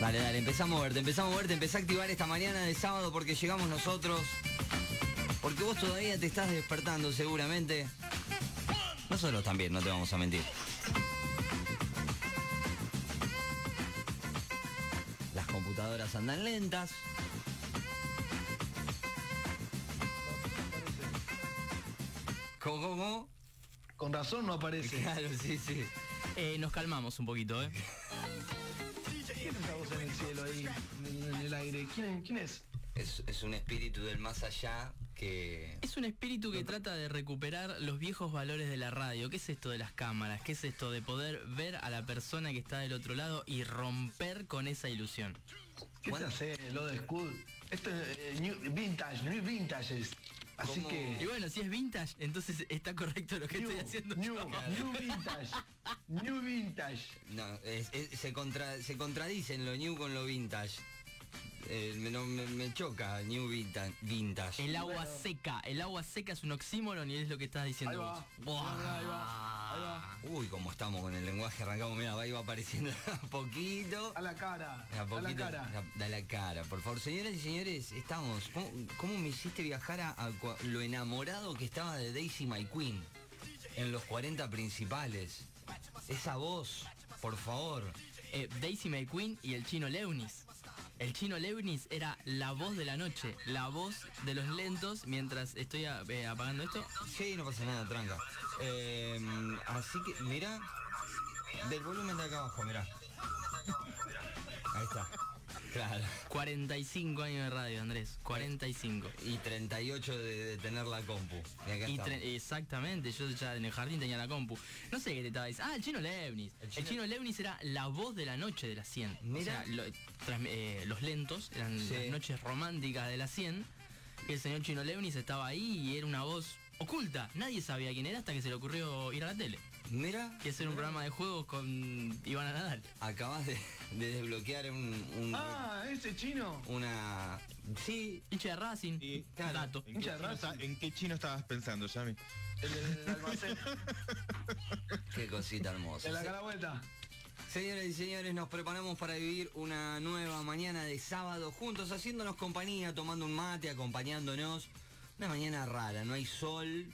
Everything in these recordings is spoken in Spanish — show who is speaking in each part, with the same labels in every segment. Speaker 1: Dale, dale, empezá a moverte, empezá a moverte, empezá a activar esta mañana de sábado porque llegamos nosotros. Porque vos todavía te estás despertando seguramente. Nosotros también, no te vamos a mentir. Las computadoras andan lentas. ¿Cómo, cómo?
Speaker 2: Con razón no aparece.
Speaker 1: Claro, sí, sí.
Speaker 3: Eh, nos calmamos un poquito, ¿eh?
Speaker 2: ¿Quién es esa voz en el cielo ahí, en el aire? ¿Quién, quién es?
Speaker 1: Es, es un espíritu del más allá que...
Speaker 3: Es un espíritu que trata de recuperar los viejos valores de la radio. ¿Qué es esto de las cámaras? ¿Qué es esto de poder ver a la persona que está del otro lado y romper con esa ilusión?
Speaker 2: ¿Qué
Speaker 1: Bueno.
Speaker 2: se hace? Lo de Scoot. Esto es eh, new- vintage, new vintage es. Así
Speaker 1: ¿Cómo?
Speaker 3: Y
Speaker 2: que.
Speaker 3: bueno, si es vintage, entonces está correcto lo que
Speaker 2: New,
Speaker 3: estoy haciendo.
Speaker 2: new,
Speaker 3: yo.
Speaker 2: new vintage. New vintage.
Speaker 1: No, es- es- se, contra, se contradicen lo new con lo vintage. Eh, me, no- me- me choca new vinta- vintage.
Speaker 3: El agua seca. El agua seca es un oxímoron y es lo que estás diciendo
Speaker 2: Ahí va.
Speaker 3: vos.
Speaker 1: Buah.
Speaker 2: Ahí va, ahí va.
Speaker 1: Uy, como estamos con el lenguaje, arrancamos, mira, va, iba apareciendo a poquito.
Speaker 2: A la cara.
Speaker 1: De a
Speaker 2: A, la
Speaker 1: poquito,
Speaker 2: cara.
Speaker 1: da- da la cara, por favor. Señoras y señores, estamos. ¿Cómo, cómo me hiciste viajar a, a cua- lo enamorado que estaba de Daisy My Queen en los 40 principales? Esa voz, por favor.
Speaker 3: Eh, Daisy May Queen y el chino Leunis. El chino Leunis era la voz de la noche, la voz de los lentos mientras estoy a- eh, apagando esto.
Speaker 1: Sí, no pasa nada, tranca. Eh, así que, mira, del volumen de acá abajo, mira. Ahí está. Claro.
Speaker 3: 45 años de radio, Andrés. 45.
Speaker 1: Y 38 de, de tener la compu. Y acá
Speaker 3: Y
Speaker 1: estamos.
Speaker 3: tre- exactamente, yo ya en el jardín tenía la compu. No sé qué te estaba diciendo. Ah, el chino Levnis.
Speaker 1: El
Speaker 3: El
Speaker 1: chino-
Speaker 3: chino, Levnis era la voz de la noche de las 100.
Speaker 1: Mira.
Speaker 3: O sea, lo- transmi- eh, los lentos eran
Speaker 1: Sí.
Speaker 3: las noches románticas de las 100. Y el señor chino Levnis estaba ahí y era una voz oculta. Nadie sabía quién era hasta que se le ocurrió ir a la tele.
Speaker 1: Mira,
Speaker 3: Y hacer un programa de juegos con Iván Nadal.
Speaker 1: acabas de, de desbloquear un, un-
Speaker 2: Ah, ese chino.
Speaker 1: una... Sí,
Speaker 3: Hincha de Racing.
Speaker 4: Y-
Speaker 1: Claro.
Speaker 3: Dato.
Speaker 4: Eh, ¿En qué,
Speaker 2: Muchas
Speaker 4: chino
Speaker 2: gracias.
Speaker 4: esta- en qué chino estabas pensando, Yami?
Speaker 2: El del almacén.
Speaker 1: qué cosita hermosa.
Speaker 2: De la cara vuelta.
Speaker 1: Señoras y señores, nos preparamos para vivir una nueva mañana de sábado juntos, haciéndonos compañía, tomando un mate, acompañándonos. Una mañana rara, no hay sol,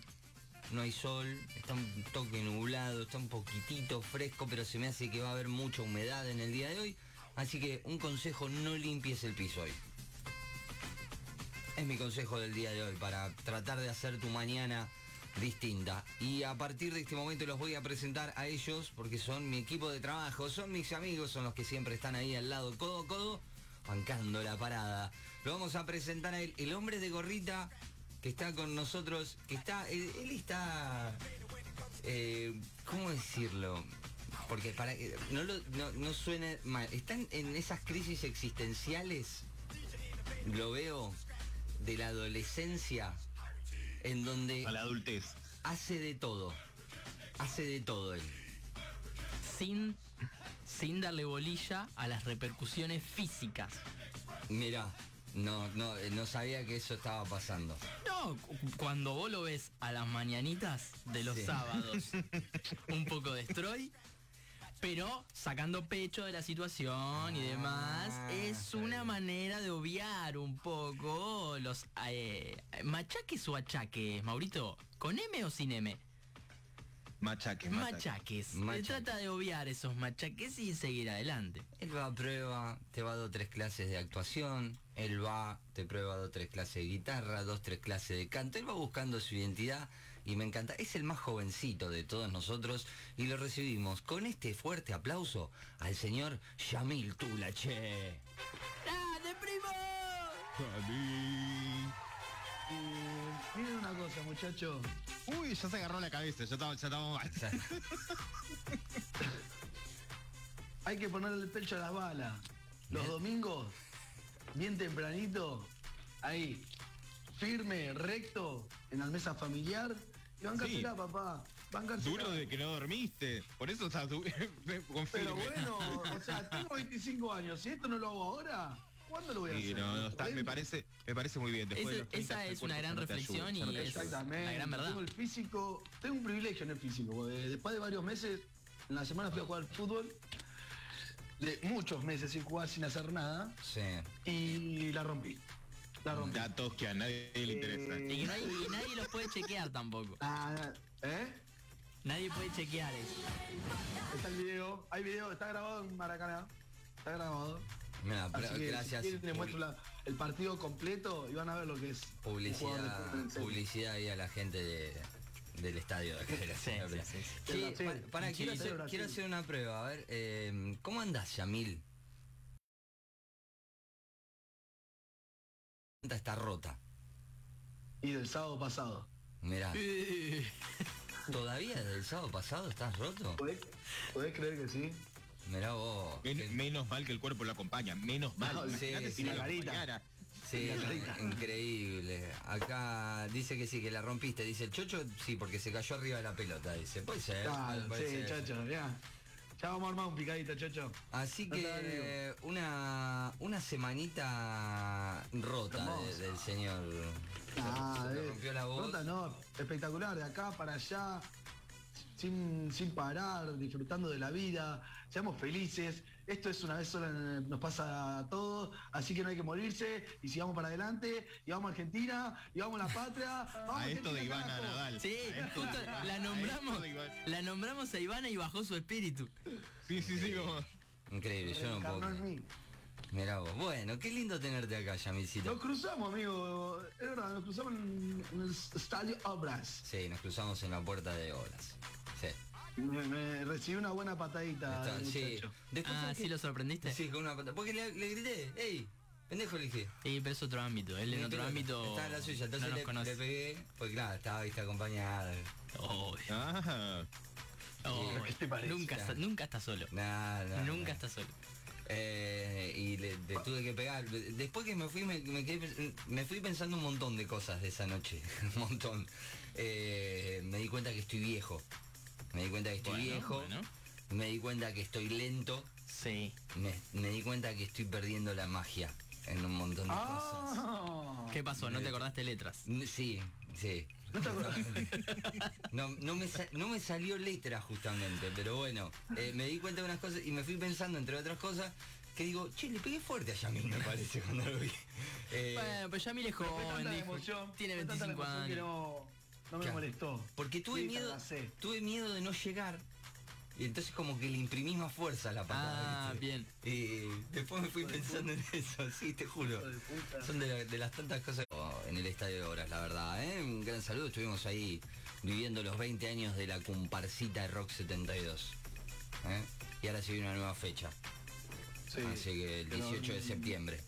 Speaker 1: no hay sol, está un toque nublado, está un poquitito fresco, pero se me hace que va a haber mucha humedad en el día de hoy. Así que un consejo, no limpies el piso hoy. Es mi consejo del día de hoy para tratar de hacer tu mañana distinta. Y a partir de este momento los voy a presentar a ellos porque son mi equipo de trabajo, son mis amigos, son los que siempre están ahí al lado, codo a codo, bancando la parada. Lo vamos a presentar a él, el hombre de gorrita que está con nosotros, que está, él, él está, eh, ¿cómo decirlo? Porque para que no, lo- no, no suene mal, están en esas crisis existenciales lo veo de la adolescencia en donde
Speaker 4: A la adultez.
Speaker 1: hace de todo. Hace de todo él.
Speaker 3: Sin, sin darle bolilla a las repercusiones físicas.
Speaker 1: Mirá, no, no, eh, no sabía que eso estaba pasando.
Speaker 3: No, cu- cuando vos lo ves a las mañanitas de los
Speaker 1: Sí.
Speaker 3: sábados, un poco destroy, pero sacando pecho de la situación y demás,
Speaker 1: Ah,
Speaker 3: es
Speaker 1: está
Speaker 3: una
Speaker 1: bien.
Speaker 3: manera de obviar un poco los eh, machaques o achaques, Maurito, con M o sin M.
Speaker 4: Machaque, machaque.
Speaker 3: Machaques. Se
Speaker 1: Machaques.
Speaker 3: trata de obviar esos machaques y seguir adelante.
Speaker 1: Él va a prueba, te va a dos tres clases de actuación, él va, te prueba dos tres clases de guitarra, dos tres clases de canto, él va buscando su identidad y me encanta. Es el más jovencito de todos nosotros y lo recibimos con este fuerte aplauso al señor Yamil Tulache.
Speaker 3: ¡Grande, primo!
Speaker 2: Y miren una cosa, muchacho.
Speaker 4: Uy, ya se agarró la cabeza, ya estaba, ya estaba mal.
Speaker 2: Hay que ponerle el pecho a las balas. Los domingos, bien tempranito, ahí, firme, recto, en la mesa familiar. Y bancársela,
Speaker 4: Sí.
Speaker 2: papá. Bancársela.
Speaker 4: Duro de que no dormiste. Por eso estás duro.
Speaker 2: Pero bueno, o sea, tengo 25 años. Si esto no lo hago ahora, ¿cuándo lo voy a hacer?
Speaker 4: no, no, está- me, parece, me parece muy bien. Después
Speaker 3: Ese-
Speaker 4: de los 30
Speaker 3: esa
Speaker 4: el
Speaker 3: es una
Speaker 4: cuerpo
Speaker 3: gran
Speaker 4: ya no te
Speaker 3: reflexión
Speaker 4: ayuda, ya no
Speaker 3: y
Speaker 4: te
Speaker 3: es-
Speaker 4: ayuda.
Speaker 2: Exactamente.
Speaker 3: la gran verdad.
Speaker 2: Tengo el físico, tengo un privilegio en el físico. porque Después de varios meses, en la semana fui a jugar al fútbol de muchos meses sin jugar, sin hacer nada,
Speaker 1: Sí.
Speaker 2: y la rompí. La rompí.
Speaker 4: Datos que a nadie le interesan.
Speaker 3: Y, que no hay- y nadie los puede chequear tampoco.
Speaker 2: Ah, ¿Eh?
Speaker 3: Nadie puede chequear eso.
Speaker 2: Está el video, hay video, está grabado en Maracaná. Está grabado.
Speaker 1: Mirá,
Speaker 2: Así
Speaker 1: pero
Speaker 2: que, si
Speaker 1: gracias.
Speaker 2: quieren, les
Speaker 1: Publi-
Speaker 2: muestro la- el partido completo y van a ver lo que es. un jugador de fútbol en
Speaker 1: publicidad,
Speaker 2: serio.
Speaker 1: publicidad ahí a la gente de- del estadio de acá de la
Speaker 3: Sí,
Speaker 1: ciudad.
Speaker 3: sí, sí, sí.
Speaker 1: Che,
Speaker 2: De Brasil.
Speaker 1: pa- pará,
Speaker 2: Sí,
Speaker 1: quiero,
Speaker 2: de
Speaker 1: hacer,
Speaker 2: Brasil.
Speaker 1: quiero hacer una prueba. A ver, eh, ¿cómo andás, Yamil? Está rota.
Speaker 2: Y del sábado pasado.
Speaker 1: Mirá,
Speaker 3: Eh,
Speaker 1: ¿todavía desde el sábado pasado estás roto?
Speaker 2: ¿Podés, podés creer que sí?
Speaker 1: Mirá vos.
Speaker 4: Men-
Speaker 1: qué-
Speaker 4: menos mal que el cuerpo lo acompaña, menos mal.
Speaker 1: No, sí,
Speaker 4: Imagínate
Speaker 1: sí,
Speaker 4: si no
Speaker 1: la
Speaker 4: lo
Speaker 2: carita.
Speaker 4: acompañara.
Speaker 1: Sí,
Speaker 2: La rica.
Speaker 1: increíble. Acá dice que sí, que la rompiste. Dice el chocho, sí, porque se cayó arriba de la pelota. Dice, puede ser.
Speaker 2: Claro,
Speaker 1: puede
Speaker 2: Ah, sí,
Speaker 1: ser.
Speaker 2: chacho, ya. Ya vamos a armar un picadito, chacho.
Speaker 1: Así
Speaker 2: No
Speaker 1: que
Speaker 2: te la digo.
Speaker 1: eh, una, una semanita rota de-
Speaker 2: Hermosa.
Speaker 1: del señor. Se-
Speaker 3: Ah,
Speaker 1: se le
Speaker 2: eh,
Speaker 1: rompió la voz.
Speaker 2: nota, no, espectacular, de acá para allá, sin, sin parar, disfrutando de la vida, seamos felices. Esto es una vez sola, eh, nos pasa a todos, así que no hay que morirse, y sigamos para adelante, y vamos a Argentina, y vamos a la patria. Vamos
Speaker 4: A esto de
Speaker 2: Argentina,
Speaker 4: Ivana
Speaker 2: carajo.
Speaker 4: Nadal.
Speaker 3: Sí,
Speaker 4: A esto
Speaker 3: justo
Speaker 4: de Ivana, a
Speaker 3: la
Speaker 4: esto
Speaker 3: nombramos,
Speaker 4: de Ivana.
Speaker 3: la nombramos a Ivana y bajó su espíritu.
Speaker 4: Sí, sí, sí, como...
Speaker 1: Increíble, yo no puedo.
Speaker 2: Reencarnó en
Speaker 1: creer.
Speaker 2: mí.
Speaker 1: Mirá vos. Bueno, qué lindo tenerte acá,
Speaker 2: Nos
Speaker 1: Yamilcito.
Speaker 2: cruzamos, amigo. Es verdad, nos cruzamos en, en el Estadio Obras.
Speaker 1: Sí, nos cruzamos en la puerta de horas. Sí.
Speaker 2: Me, me recibí una buena patadita.
Speaker 1: Está-
Speaker 2: del
Speaker 1: sí.
Speaker 2: muchacho.
Speaker 1: Después,
Speaker 3: Ah,
Speaker 1: ¿sabes
Speaker 3: sí
Speaker 1: qué?
Speaker 3: lo sorprendiste.
Speaker 1: Sí, con una pata. Porque le, le grité, ¡ey! Pendejo le dije.
Speaker 3: Sí, pero es otro ámbito. Él en
Speaker 1: Ni
Speaker 3: otro
Speaker 1: pelota.
Speaker 3: ámbito
Speaker 1: Estaba en la suya, entonces
Speaker 3: no nos
Speaker 1: le- le,
Speaker 3: conoce.
Speaker 1: pegué. Pues claro, estaba vista acompañada.
Speaker 3: Obvio,
Speaker 4: Ah,
Speaker 3: obvio.
Speaker 2: ¿qué te parece?
Speaker 3: Nunca, está- nunca está solo.
Speaker 1: Nada,
Speaker 3: Nunca está solo.
Speaker 1: Eh, y le,
Speaker 3: Ah.
Speaker 1: le tuve que pegar. Después que me fui, me, me quedé pens- me fui pensando un montón de cosas de esa noche. un montón. Eh, me di cuenta que estoy viejo. Me di cuenta que estoy
Speaker 3: Bueno,
Speaker 1: viejo.
Speaker 3: bueno.
Speaker 1: Me di cuenta que estoy lento.
Speaker 3: Sí.
Speaker 1: Me, me di cuenta que estoy perdiendo la magia en un montón de cosas.
Speaker 2: Ah,
Speaker 3: ¿Qué pasó? ¿No te acordaste letras?
Speaker 1: N- Sí, sí.
Speaker 2: ¿No te acordás?
Speaker 1: No, no, me sa- no me salió letra justamente, pero bueno, eh, me di cuenta de unas cosas y me fui pensando, entre otras cosas, que digo, che, le pegué fuerte a Yamil, me parece, cuando lo vi. Eh,
Speaker 3: Bueno, pues Yamil es
Speaker 2: Fue tanta
Speaker 3: joven,
Speaker 2: la
Speaker 3: dijo.
Speaker 2: emoción,
Speaker 3: Tiene
Speaker 2: fue tanta la
Speaker 3: 25
Speaker 2: emoción que
Speaker 3: años.
Speaker 2: no, no me
Speaker 1: Claro.
Speaker 2: molestó.
Speaker 1: porque tuve
Speaker 2: Sí,
Speaker 1: miedo,
Speaker 2: cagacé.
Speaker 1: tuve miedo de no llegar. Y entonces como que le imprimí más fuerza a la patada.
Speaker 3: Ah,
Speaker 1: ¿viste?
Speaker 3: bien.
Speaker 1: Y después me fui pensando en eso, sí, te juro.
Speaker 2: Hijo de puta.
Speaker 1: Son de, la- de las tantas cosas oh, en el estadio de horas, la verdad, ¿eh? Un gran saludo, estuvimos ahí viviendo los 20 años de la comparsita de Rock 72. ¿eh? Y ahora se viene una nueva fecha,
Speaker 2: Sí.
Speaker 1: así que el
Speaker 2: Pero,
Speaker 1: 18 de
Speaker 2: mm,
Speaker 1: septiembre.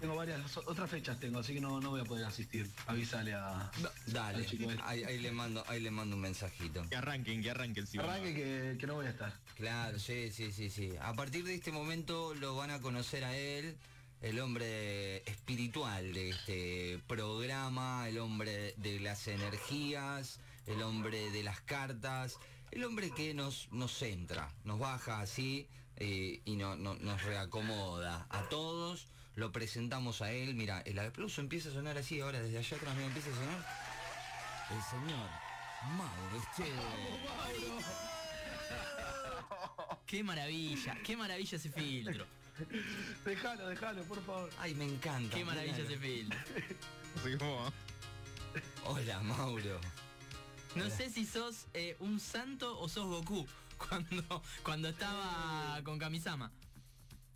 Speaker 2: Tengo varias otras fechas tengo, así que no, no voy a poder asistir. Avísale a.
Speaker 1: Dale,
Speaker 2: al chico este.
Speaker 1: ahí, ahí le mando, ahí le mando un mensajito.
Speaker 4: que arranquen, que arranquen. Si van.
Speaker 2: Arranque que, que no voy a estar.
Speaker 1: Claro, sí, sí, sí, sí. A partir de este momento lo van a conocer a él, el hombre espiritual de este programa, el hombre de las energías, el hombre de las cartas, el hombre que nos, nos centra, nos baja así eh, y no- no- nos reacomoda a todos. Lo presentamos a él, mira, el aplauso empieza a sonar así ahora, desde allá atrás mira, empieza a sonar. El señor Mauro Esteves.
Speaker 3: Qué maravilla, qué maravilla ese filtro.
Speaker 2: Déjalo, déjalo, por favor.
Speaker 1: Ay, me encanta.
Speaker 3: Qué maravilla
Speaker 1: miralo.
Speaker 3: ese filtro.
Speaker 4: Así como-
Speaker 1: Hola Mauro.
Speaker 3: No sé si sos eh, un santo o sos Goku cuando, cuando estaba
Speaker 1: Eh.
Speaker 3: con Kamisama.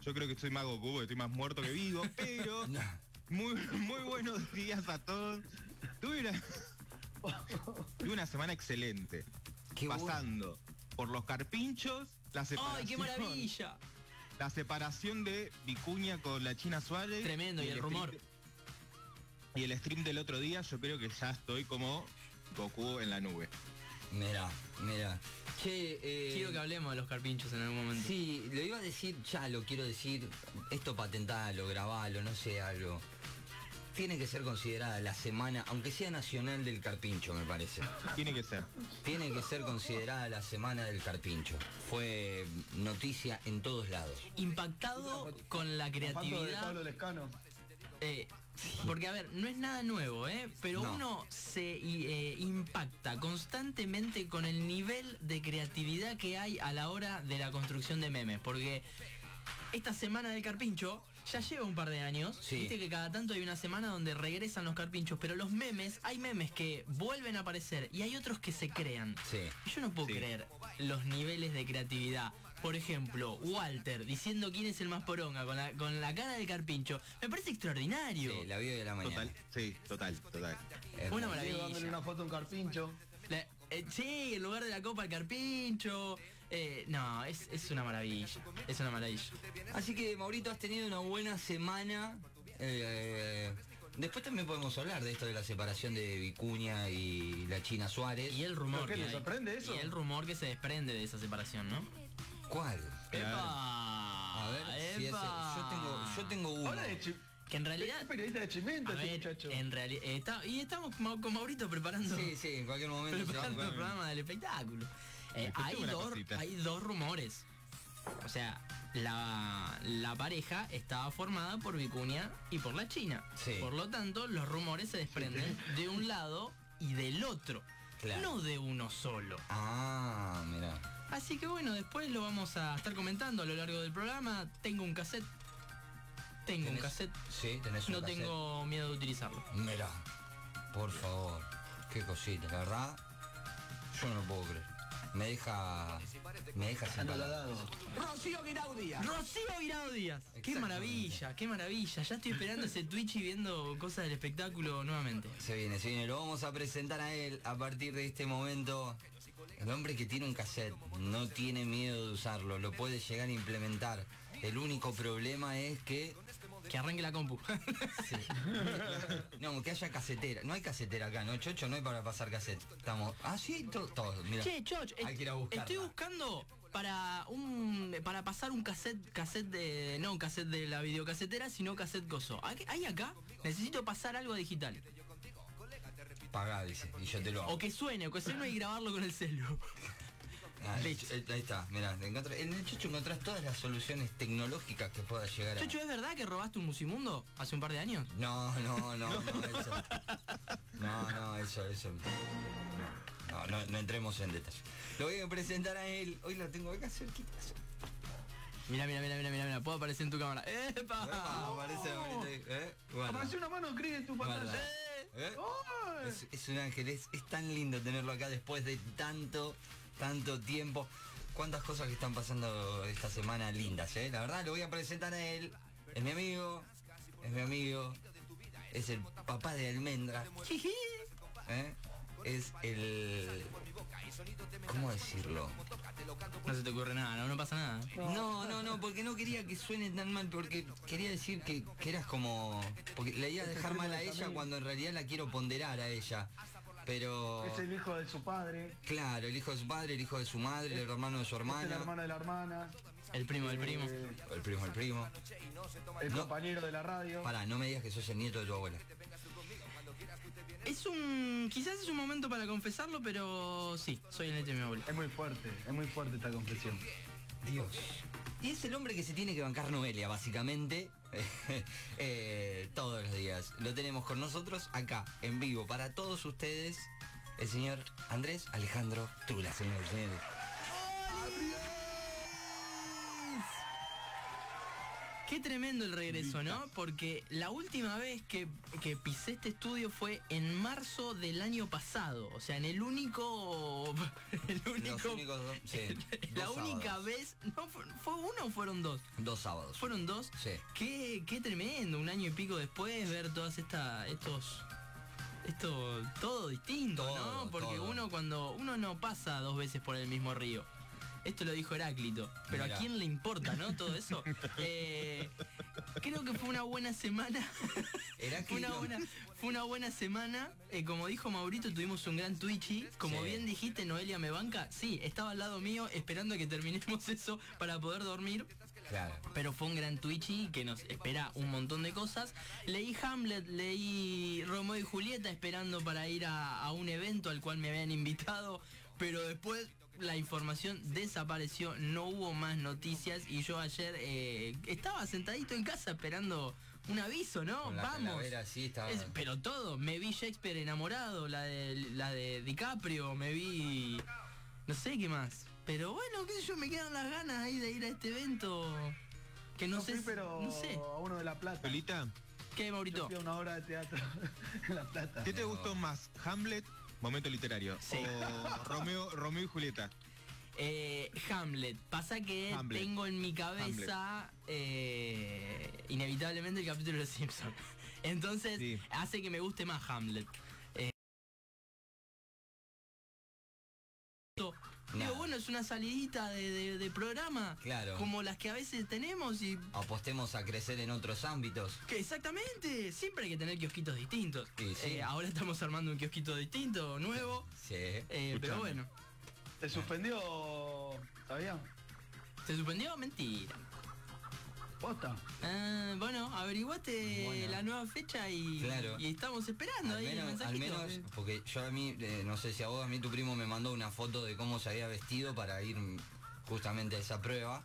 Speaker 4: Yo creo que estoy más Goku, porque estoy más muerto que vivo, pero
Speaker 1: No,
Speaker 4: muy, muy buenos días a todos. Tuve una, tuve una semana excelente,
Speaker 1: qué bueno.
Speaker 4: pasando por los carpinchos, la separación,
Speaker 3: ¡Ay, qué maravilla!
Speaker 4: la separación de Vicuña con la China Suárez.
Speaker 3: Tremendo, y el
Speaker 4: stream
Speaker 3: rumor.
Speaker 4: de- y el stream del otro día, yo creo que ya estoy como Goku en la nube.
Speaker 1: Mira, mira. Che, eh,
Speaker 3: Quiero que hablemos de los carpinchos en algún momento.
Speaker 1: Sí, lo iba a decir, ya lo quiero decir, esto patentalo, grabalo, no sé, algo. Tiene que ser considerada la semana, aunque sea nacional del carpincho, me parece.
Speaker 4: Tiene que ser.
Speaker 1: Tiene que ser considerada la semana del carpincho. Fue noticia en todos lados.
Speaker 3: Impactado con la
Speaker 2: Pato de
Speaker 3: creatividad
Speaker 2: Pablo Lescano.
Speaker 3: Eh, porque a ver, no es nada nuevo, ¿eh? Pero
Speaker 1: No.
Speaker 3: uno se y, eh, impacta constantemente con el nivel de creatividad que hay a la hora de la construcción de memes. Porque esta semana del carpincho ya lleva un par de años.
Speaker 1: Sí.
Speaker 3: Viste que cada tanto hay una semana donde regresan los carpinchos. Pero los memes, hay memes que vuelven a aparecer y hay otros que se crean.
Speaker 1: Sí.
Speaker 3: Yo no puedo
Speaker 4: Sí.
Speaker 3: creer los niveles de creatividad. Por ejemplo, Walter diciendo quién es el más poronga con la, con la cara del carpincho. Me parece extraordinario.
Speaker 1: Sí, la vive de la mañana.
Speaker 4: Total, sí, total, total.
Speaker 1: Es
Speaker 3: Una
Speaker 1: muy-
Speaker 3: maravilla.
Speaker 2: Diego dándole una foto a un carpincho.
Speaker 3: La- eh, sí, en lugar de la copa el carpincho. Eh, no, es, es una maravilla. Es una maravilla.
Speaker 1: Así que Maurito, has tenido una buena semana. Eh, después también podemos hablar de esto de la separación de Vicuña y la China Suárez.
Speaker 3: Y el
Speaker 2: ¿Pero
Speaker 3: rumor
Speaker 2: qué,
Speaker 3: que
Speaker 2: le
Speaker 3: hay.
Speaker 2: sorprende eso?
Speaker 3: Y el rumor que se desprende de esa separación, ¿no?
Speaker 1: ¿Cuál?
Speaker 4: Claro.
Speaker 1: A ver,
Speaker 3: Ah,
Speaker 1: si es el- yo tengo, yo tengo uno.
Speaker 2: Ahora de chi-
Speaker 3: Que en
Speaker 2: es
Speaker 3: realidad...
Speaker 2: periodista de
Speaker 3: A
Speaker 2: Chimento este
Speaker 3: ver,
Speaker 2: muchacho.
Speaker 3: en realidad... está- y estamos ma- con Maurito preparando...
Speaker 1: Sí, sí, en cualquier momento. se va a
Speaker 3: preparando el
Speaker 1: jugar.
Speaker 3: programa del espectáculo. Eh,
Speaker 4: Escuchame
Speaker 3: hay,
Speaker 4: una
Speaker 3: dos,
Speaker 4: cosita.
Speaker 3: hay dos rumores. O sea, la, la pareja estaba formada por Vicuña y por la China.
Speaker 1: Sí.
Speaker 3: Por lo tanto, los rumores se desprenden de un lado y del otro.
Speaker 1: Claro.
Speaker 3: No de uno solo.
Speaker 1: Ah, mira.
Speaker 3: Así que bueno, después lo vamos a estar comentando a lo largo del programa. Tengo un cassette. Tengo un cassette.
Speaker 1: Sí, tenés un
Speaker 3: No
Speaker 1: cassette.
Speaker 3: tengo miedo de utilizarlo.
Speaker 1: Mira, por favor, qué cosita, la verdad, yo no lo puedo creer. Me deja. Me deja sin palabras.
Speaker 2: Anodadado.
Speaker 3: Rocío Virado Díaz. Qué
Speaker 1: Exactamente.
Speaker 3: maravilla, qué maravilla. Ya estoy esperando ese Twitch y viendo cosas del espectáculo nuevamente.
Speaker 1: Se viene, se viene. Lo vamos a presentar a él a partir de este momento. El hombre que tiene un cassette no tiene miedo de usarlo, lo puede llegar a implementar. El único problema es que...
Speaker 3: Que arranque la compu.
Speaker 1: sí. No, que haya casetera. No hay casetera acá, ¿no? Chocho, no hay para pasar cassette. Estamos... Ah, sí, to- todo. Mira.
Speaker 3: che, Choch,
Speaker 1: Hay
Speaker 3: est-
Speaker 1: que ir a buscarla.
Speaker 3: estoy buscando para un para pasar un cassette, cassette de. No un cassette de la videocasetera, sino cassette gozo. ¿Hay hay acá? Necesito pasar algo a digital.
Speaker 1: Pagá, dice. Y yo te lo hago.
Speaker 3: O que suene, o que suene y grabarlo con el celu.
Speaker 1: Ah,
Speaker 3: Listo.
Speaker 1: eh, ahí está, mirá, encontré- en el Chocho encontrás todas las soluciones tecnológicas que puedas llegar a...
Speaker 3: Chocho, ¿es verdad que robaste un musimundo hace un par de años?
Speaker 1: No, no, no, no, eso. No, no, eso, eso. No, no, no entremos en detalle. Lo voy a presentar a él. Hoy lo tengo acá cerquita.
Speaker 3: Mira, mira, mira, mira, mira, puedo aparecer en tu cámara. ¡Epa!
Speaker 1: Ah, aparece bonito ahí, ¿eh? Bueno,
Speaker 2: Apareció una mano gris en tu
Speaker 1: Guarda.
Speaker 2: pantalla.
Speaker 3: Eh.
Speaker 1: ¿eh?
Speaker 2: ¡Ay!
Speaker 1: Es, es un ángel, es, es tan lindo tenerlo acá después de tanto, tanto tiempo. Cuántas cosas que están pasando esta semana lindas, ¿eh? La verdad, lo voy a presentar a él. Es mi amigo, es mi amigo, es el papá de Almendra,
Speaker 3: Jiji.
Speaker 1: ¿eh? Es el... ¿Cómo decirlo?
Speaker 3: No se te ocurre nada, no, no pasa nada.
Speaker 1: No, no, no, porque no quería que suene tan mal, porque quería decir que, que eras como... Porque le iba a dejar mal a ella cuando en realidad la quiero ponderar a ella. Pero...
Speaker 2: Es el hijo de su padre. es
Speaker 1: Claro, el hijo de su padre, el hijo de su madre, el hermano de su
Speaker 2: el
Speaker 1: hermana,
Speaker 2: hermano de la hermana.
Speaker 3: El primo, el primo.
Speaker 2: eh,
Speaker 1: el primo, el primo.
Speaker 2: el
Speaker 1: No.
Speaker 2: compañero de la radio.
Speaker 1: Pará, no me digas que sos el nieto de tu abuela.
Speaker 3: Es un... Quizás es un momento para confesarlo, pero sí, soy el neto de mi abuelo.
Speaker 2: Es muy fuerte, es muy fuerte esta confesión.
Speaker 1: Dios. Y es el hombre que se tiene que bancar Noelia, básicamente, eh, todos los días. Lo tenemos con nosotros acá, en vivo, para todos ustedes, el señor Andrés Alejandro Trula, señores y señores.
Speaker 3: Qué tremendo el regreso, ¿no? Porque la última vez que, que pisé este estudio fue en marzo del año pasado. O sea, en el único... El
Speaker 1: Los
Speaker 3: único...
Speaker 1: únicos dos, sí,
Speaker 3: La
Speaker 1: dos
Speaker 3: única
Speaker 1: sábados.
Speaker 3: vez... No, fue, fue uno o fueron dos?
Speaker 1: Dos sábados.
Speaker 3: Fueron dos.
Speaker 1: Sí.
Speaker 3: Qué, qué tremendo, un año y pico después ver todas estas, estos, esto, todo distinto,
Speaker 1: Todo,
Speaker 3: ¿no? Porque
Speaker 1: todo.
Speaker 3: uno cuando, uno no pasa dos veces por el mismo río. Esto lo dijo Heráclito, pero
Speaker 1: Mirá.
Speaker 3: ¿a quién le importa, no? Todo eso. Eh, creo que fue una buena semana. Fue
Speaker 1: Heráclito.
Speaker 3: una buena, fue una buena semana. Eh, como dijo Maurito, tuvimos un gran Twitchy. Como
Speaker 1: Sí.
Speaker 3: bien dijiste, Noelia me banca. Sí, estaba al lado mío esperando a que terminemos eso para poder dormir.
Speaker 1: Claro.
Speaker 3: Pero fue un gran Twitchy que nos espera un montón de cosas. Leí Hamlet, leí Romeo y Julieta esperando para ir a, a un evento al cual me habían invitado. Pero después la información desapareció, no hubo más noticias y yo ayer eh, estaba sentadito en casa esperando un aviso, ¿no?
Speaker 1: Con la
Speaker 3: Vamos.
Speaker 1: calavera así estaba-
Speaker 3: Es- pero todo, me vi Shakespeare enamorado, la de, la de DiCaprio, me vi... No sé qué más. Pero bueno, qué sé yo, me quedan las ganas ahí de ir a este evento. Que no,
Speaker 2: Yo
Speaker 3: sé...
Speaker 2: fui,
Speaker 3: si-
Speaker 2: pero
Speaker 3: No sé.
Speaker 2: a uno de La Plata.
Speaker 4: Solita,
Speaker 3: ¿Qué,
Speaker 2: Yo
Speaker 3: Maurito?
Speaker 2: fui a una obra de teatro en La Plata.
Speaker 4: ¿qué te
Speaker 1: No.
Speaker 4: gustó más? ¿Hamlet? Momento literario.
Speaker 3: Sí.
Speaker 4: O Romeo, Romeo y Julieta.
Speaker 3: Eh, Hamlet. Pasa que
Speaker 4: Hamlet.
Speaker 3: tengo en mi cabeza eh, inevitablemente el capítulo de Los Simpsons. Entonces
Speaker 4: Sí.
Speaker 3: hace que me guste más Hamlet.
Speaker 1: Nada.
Speaker 3: Eh, Digo, bueno, es una salidita de, de- de programa.
Speaker 1: Claro.
Speaker 3: Como las que a veces tenemos y...
Speaker 1: Apostemos a crecer en otros ámbitos.
Speaker 3: Que exactamente, siempre hay que tener kiosquitos distintos.
Speaker 1: Sí, sí.
Speaker 3: Eh, ahora estamos armando un kiosquito distinto, nuevo.
Speaker 1: Sí.
Speaker 3: eh, pero
Speaker 4: Escuchame.
Speaker 3: bueno,
Speaker 2: ¿Te suspendió, Fabián?
Speaker 3: ¿se suspendió? Mentira.
Speaker 2: Posta.
Speaker 3: Ah, bueno, averiguate
Speaker 1: Bueno.
Speaker 3: la nueva fecha y,
Speaker 1: Claro.
Speaker 3: y estamos esperando
Speaker 1: Al
Speaker 3: ahí el
Speaker 1: menos, al
Speaker 3: mensajito. Eh,
Speaker 1: menos, porque yo a mí, eh, no sé si a vos, a mí tu primo me mandó una foto de cómo se había vestido para ir mm, justamente a esa prueba.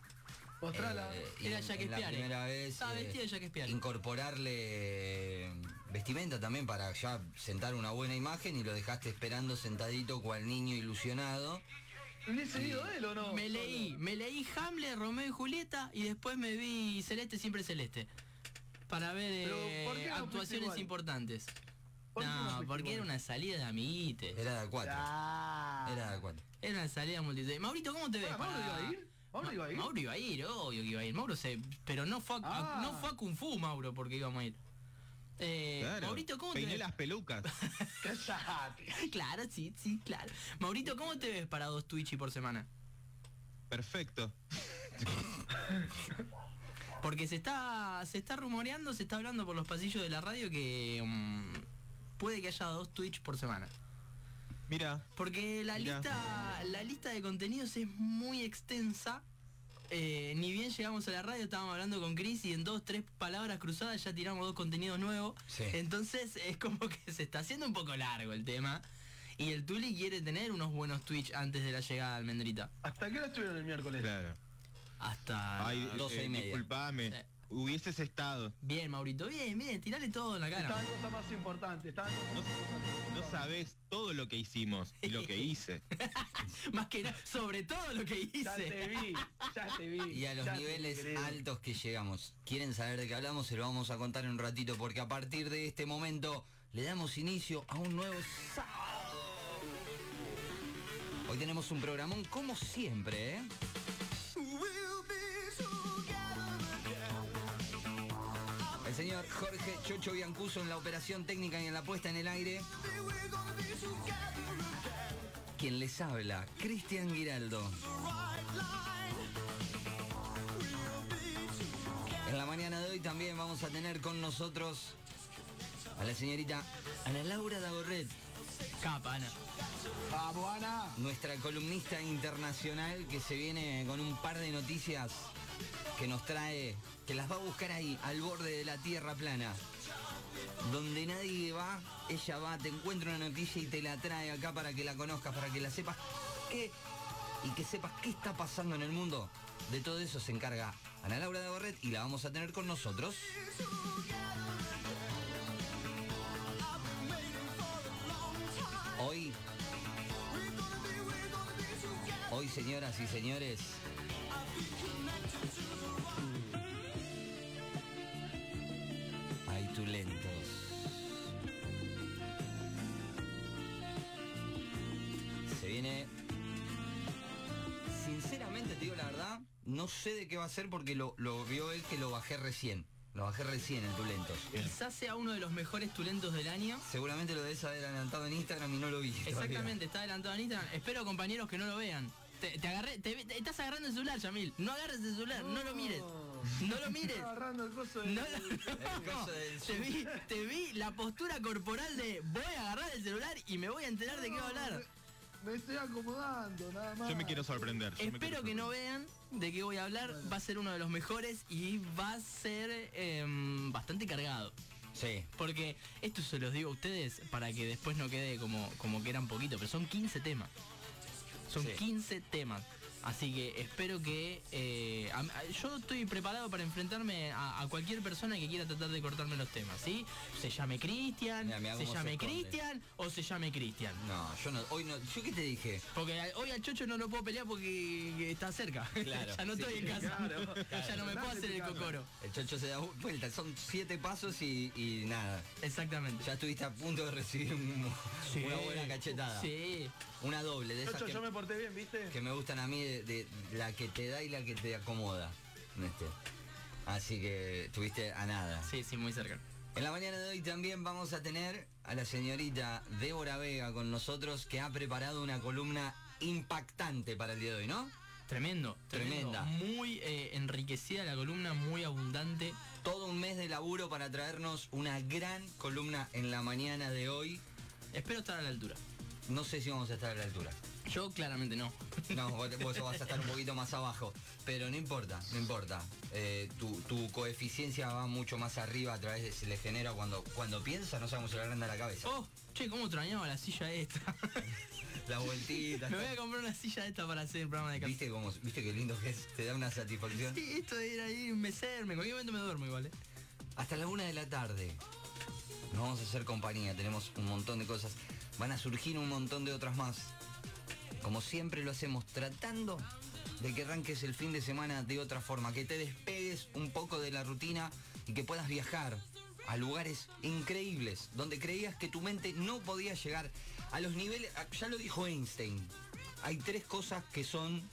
Speaker 2: Mostrala.
Speaker 1: Eh, y
Speaker 3: Era
Speaker 1: en-
Speaker 3: Jack
Speaker 1: en La
Speaker 3: Spiare.
Speaker 1: primera vez. eh,
Speaker 3: Estaba vestido de Jack Spiare.
Speaker 1: Incorporarle eh, vestimenta también para ya sentar una buena imagen y lo dejaste esperando sentadito cual niño ilusionado.
Speaker 2: ¿Hubiese ido él o no?
Speaker 3: me leí, me leí Hamlet, Romeo y Julieta y después me vi Celeste, siempre Celeste. Para ver
Speaker 2: Pero,
Speaker 3: eh,
Speaker 2: ¿por qué no fuiste
Speaker 3: actuaciones
Speaker 2: igual?
Speaker 3: importantes.
Speaker 2: ¿Por qué no
Speaker 3: no,
Speaker 2: fuiste
Speaker 3: porque era
Speaker 2: igual?
Speaker 3: una salida de amiguites.
Speaker 1: Era de a cuatro.
Speaker 2: Ah.
Speaker 1: Era de a cuatro.
Speaker 3: Era una salida multitudinaria. Maurito, ¿cómo te ves?
Speaker 2: Pará, ¿Mauro
Speaker 3: para-
Speaker 2: iba a ir? ¿Mauro
Speaker 3: Ma-
Speaker 2: iba a ir?
Speaker 3: Mauro iba a ir, obvio que iba a ir. Mauro se. Pero no fue a, a-
Speaker 2: Ah.
Speaker 3: no fue a Kung Fu, Mauro, porque íbamos a ir. Eh,
Speaker 4: Claro.
Speaker 3: Maurito, ¿cómo te
Speaker 4: Peiné
Speaker 3: ves?
Speaker 4: las pelucas.
Speaker 2: Cállate.
Speaker 3: Claro, sí, sí, claro. Maurito, ¿cómo te ves para dos Twitchy por semana?
Speaker 4: Perfecto.
Speaker 3: Porque se está, se está rumoreando, se está hablando por los pasillos de la radio que mm, puede que haya dos Twitch por semana.
Speaker 4: Mira,
Speaker 3: Porque la
Speaker 4: Mirá.
Speaker 3: lista, la lista de contenidos es muy extensa. Eh, ni bien llegamos a la radio, estábamos hablando con Chris y en dos, tres palabras cruzadas ya tiramos dos contenidos nuevos.
Speaker 1: Sí.
Speaker 3: Entonces es como que se está haciendo un poco largo el tema. Y el Tuli quiere tener unos buenos Twitch antes de la llegada de Almendrita.
Speaker 2: ¿Hasta qué hora estuvieron el miércoles?
Speaker 4: claro.
Speaker 3: Hasta...
Speaker 4: Ay,
Speaker 1: doce y media.
Speaker 4: Disculpame.
Speaker 3: Sí.
Speaker 4: Hubieses estado.
Speaker 3: Bien, Maurito, bien, bien, tirale todo en la cara.
Speaker 2: Estaban cosas más importantes. Estaban cosas
Speaker 4: No,
Speaker 2: más importantes.
Speaker 4: no sabes todo lo que hicimos y lo que hice.
Speaker 3: Más que nada, sobre todo lo que
Speaker 2: Ya te
Speaker 3: hice.
Speaker 2: vi, ya te vi.
Speaker 1: Y a los
Speaker 2: ya te
Speaker 1: niveles
Speaker 2: vi, querido.
Speaker 1: altos que llegamos. ¿Quieren saber de qué hablamos? Se lo vamos a contar en un ratito porque a partir de este momento le damos inicio a un nuevo sábado. Hoy tenemos un programón como siempre, ¿eh? El señor Jorge Chocho Biancuso en la operación técnica y en la puesta en el aire. Quien les habla, Cristian Giraldo. En la mañana de hoy también vamos a tener con nosotros a la señorita Ana Laura Dagorret,
Speaker 3: Capa, Ana.
Speaker 2: Vamos, Ana.
Speaker 1: nuestra columnista internacional que se viene con un par de noticias que nos trae, que las va a buscar ahí, al borde de la tierra plana. Donde nadie va, ella va, te encuentra una noticia y te la trae acá para que la conozcas, para que la sepas qué y que sepas qué está pasando en el mundo. De todo eso se encarga Ana Laura de Borret y la vamos a tener con nosotros. Hoy, hoy señoras y señores, hay lentos. Se viene. Sinceramente te digo la verdad, no sé de qué va a ser porque lo, lo vio él que lo bajé recién. Lo bajé recién el Tulentos.
Speaker 3: Quizás sea uno de los mejores tulentos del año.
Speaker 1: Seguramente lo debes haber adelantado en Instagram y no lo vi. todavía.
Speaker 3: Exactamente, está adelantado en Instagram. Espero, compañeros, que no lo vean. Te, te agarré, te, te estás agarrando el celular, Yamil. No agarres el celular, no, lo mires. No lo mires.
Speaker 2: Estaba agarrando el coso de...
Speaker 3: No, lo-
Speaker 1: El coso del
Speaker 3: te, vi, te vi la postura corporal de voy a agarrar el celular y me voy a enterar de qué va a hablar.
Speaker 2: Me estoy acomodando, nada más.
Speaker 4: Yo me quiero sorprender. yo me quiero
Speaker 3: Espero que no
Speaker 4: sorprender.
Speaker 3: vean de qué voy a hablar. Va a ser uno de los mejores y va a ser em, bastante cargado.
Speaker 1: Sí.
Speaker 3: Porque esto se los digo a ustedes para que después no quede como, como que eran poquito, pero son 15 temas. Son
Speaker 1: Sí.
Speaker 3: 15 temas. Así que espero que... eh, a- a- yo estoy preparado para enfrentarme a, a cualquier persona que quiera tratar de cortarme los temas, ¿sí? Se llame Cristian,
Speaker 1: Mirá, mirá
Speaker 3: se
Speaker 1: cómo se
Speaker 3: llame
Speaker 1: esconde.
Speaker 3: Cristian o se llame Cristian.
Speaker 1: No, yo no. Hoy no. ¿Yo qué te dije?
Speaker 3: Porque a- hoy al Chocho no lo puedo pelear porque está cerca.
Speaker 1: Claro.
Speaker 3: ya no estoy en casa.
Speaker 2: claro.
Speaker 3: ya no me puedo
Speaker 2: Dale,
Speaker 3: hacer el
Speaker 2: picando.
Speaker 3: cocoro.
Speaker 1: El chocho se da vu- vuelta. Son siete pasos y, y nada.
Speaker 3: Exactamente.
Speaker 1: Ya estuviste a punto de recibir un-
Speaker 3: Sí.
Speaker 1: una buena cachetada.
Speaker 3: Sí.
Speaker 1: Una doble de esas
Speaker 2: Chocho,
Speaker 1: que,
Speaker 2: yo me porté bien, ¿viste?
Speaker 1: que me gustan a mí, de, de la que te da y la que te acomoda. Néstor. Así que estuviste a nada.
Speaker 3: Sí, sí, muy cerca.
Speaker 1: En la mañana de hoy también vamos a tener a la señorita Débora Vega con nosotros que ha preparado una columna impactante para el día de hoy, ¿no?
Speaker 3: Tremendo, tremendo.
Speaker 1: Tremenda.
Speaker 3: Muy eh, enriquecida la columna, muy abundante.
Speaker 1: Todo un mes de laburo para traernos una gran columna en la mañana de hoy.
Speaker 3: Espero estar a la altura.
Speaker 1: No sé si vamos a estar a la altura.
Speaker 3: Yo claramente no.
Speaker 1: No, vos, vos vas a estar un poquito más abajo. Pero no importa, no importa. Eh, tu, tu coeficiencia va mucho más arriba a través de se le genera cuando, cuando piensa, no sabemos si le anda la cabeza.
Speaker 3: Oh, che, cómo extrañaba la silla esta.
Speaker 1: La vueltita.
Speaker 3: Me voy a comprar una silla esta para hacer el programa de casa.
Speaker 1: ¿Viste, cómo, ¿Viste qué lindo que es? Te da una satisfacción.
Speaker 3: Sí, esto de ir ahí, mecerme, en cualquier momento me duermo igual. eh.
Speaker 1: Hasta la una de la tarde. Nos vamos a hacer compañía, tenemos un montón de cosas. Van a surgir un montón de otras más. Como siempre lo hacemos, tratando de que arranques el fin de semana de otra forma, que te despegues un poco de la rutina y que puedas viajar a lugares increíbles, donde creías que tu mente no podía llegar a los niveles... a- Ya lo dijo Einstein, hay tres cosas que son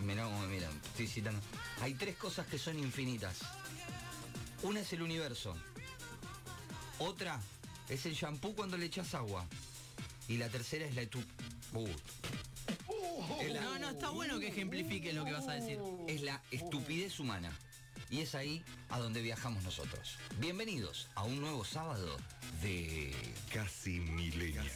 Speaker 1: Mirá cómo me miran, estoy citando. Hay tres cosas que son infinitas. Una es el universo. Otra es el shampoo cuando le echas agua. Y la tercera es la tu... Uh, El-
Speaker 3: No, no, está bueno que ejemplifique lo que vas a decir.
Speaker 1: es la estupidez humana. Y es ahí a donde viajamos nosotros. Bienvenidos a un nuevo sábado de...
Speaker 5: Casi milenial.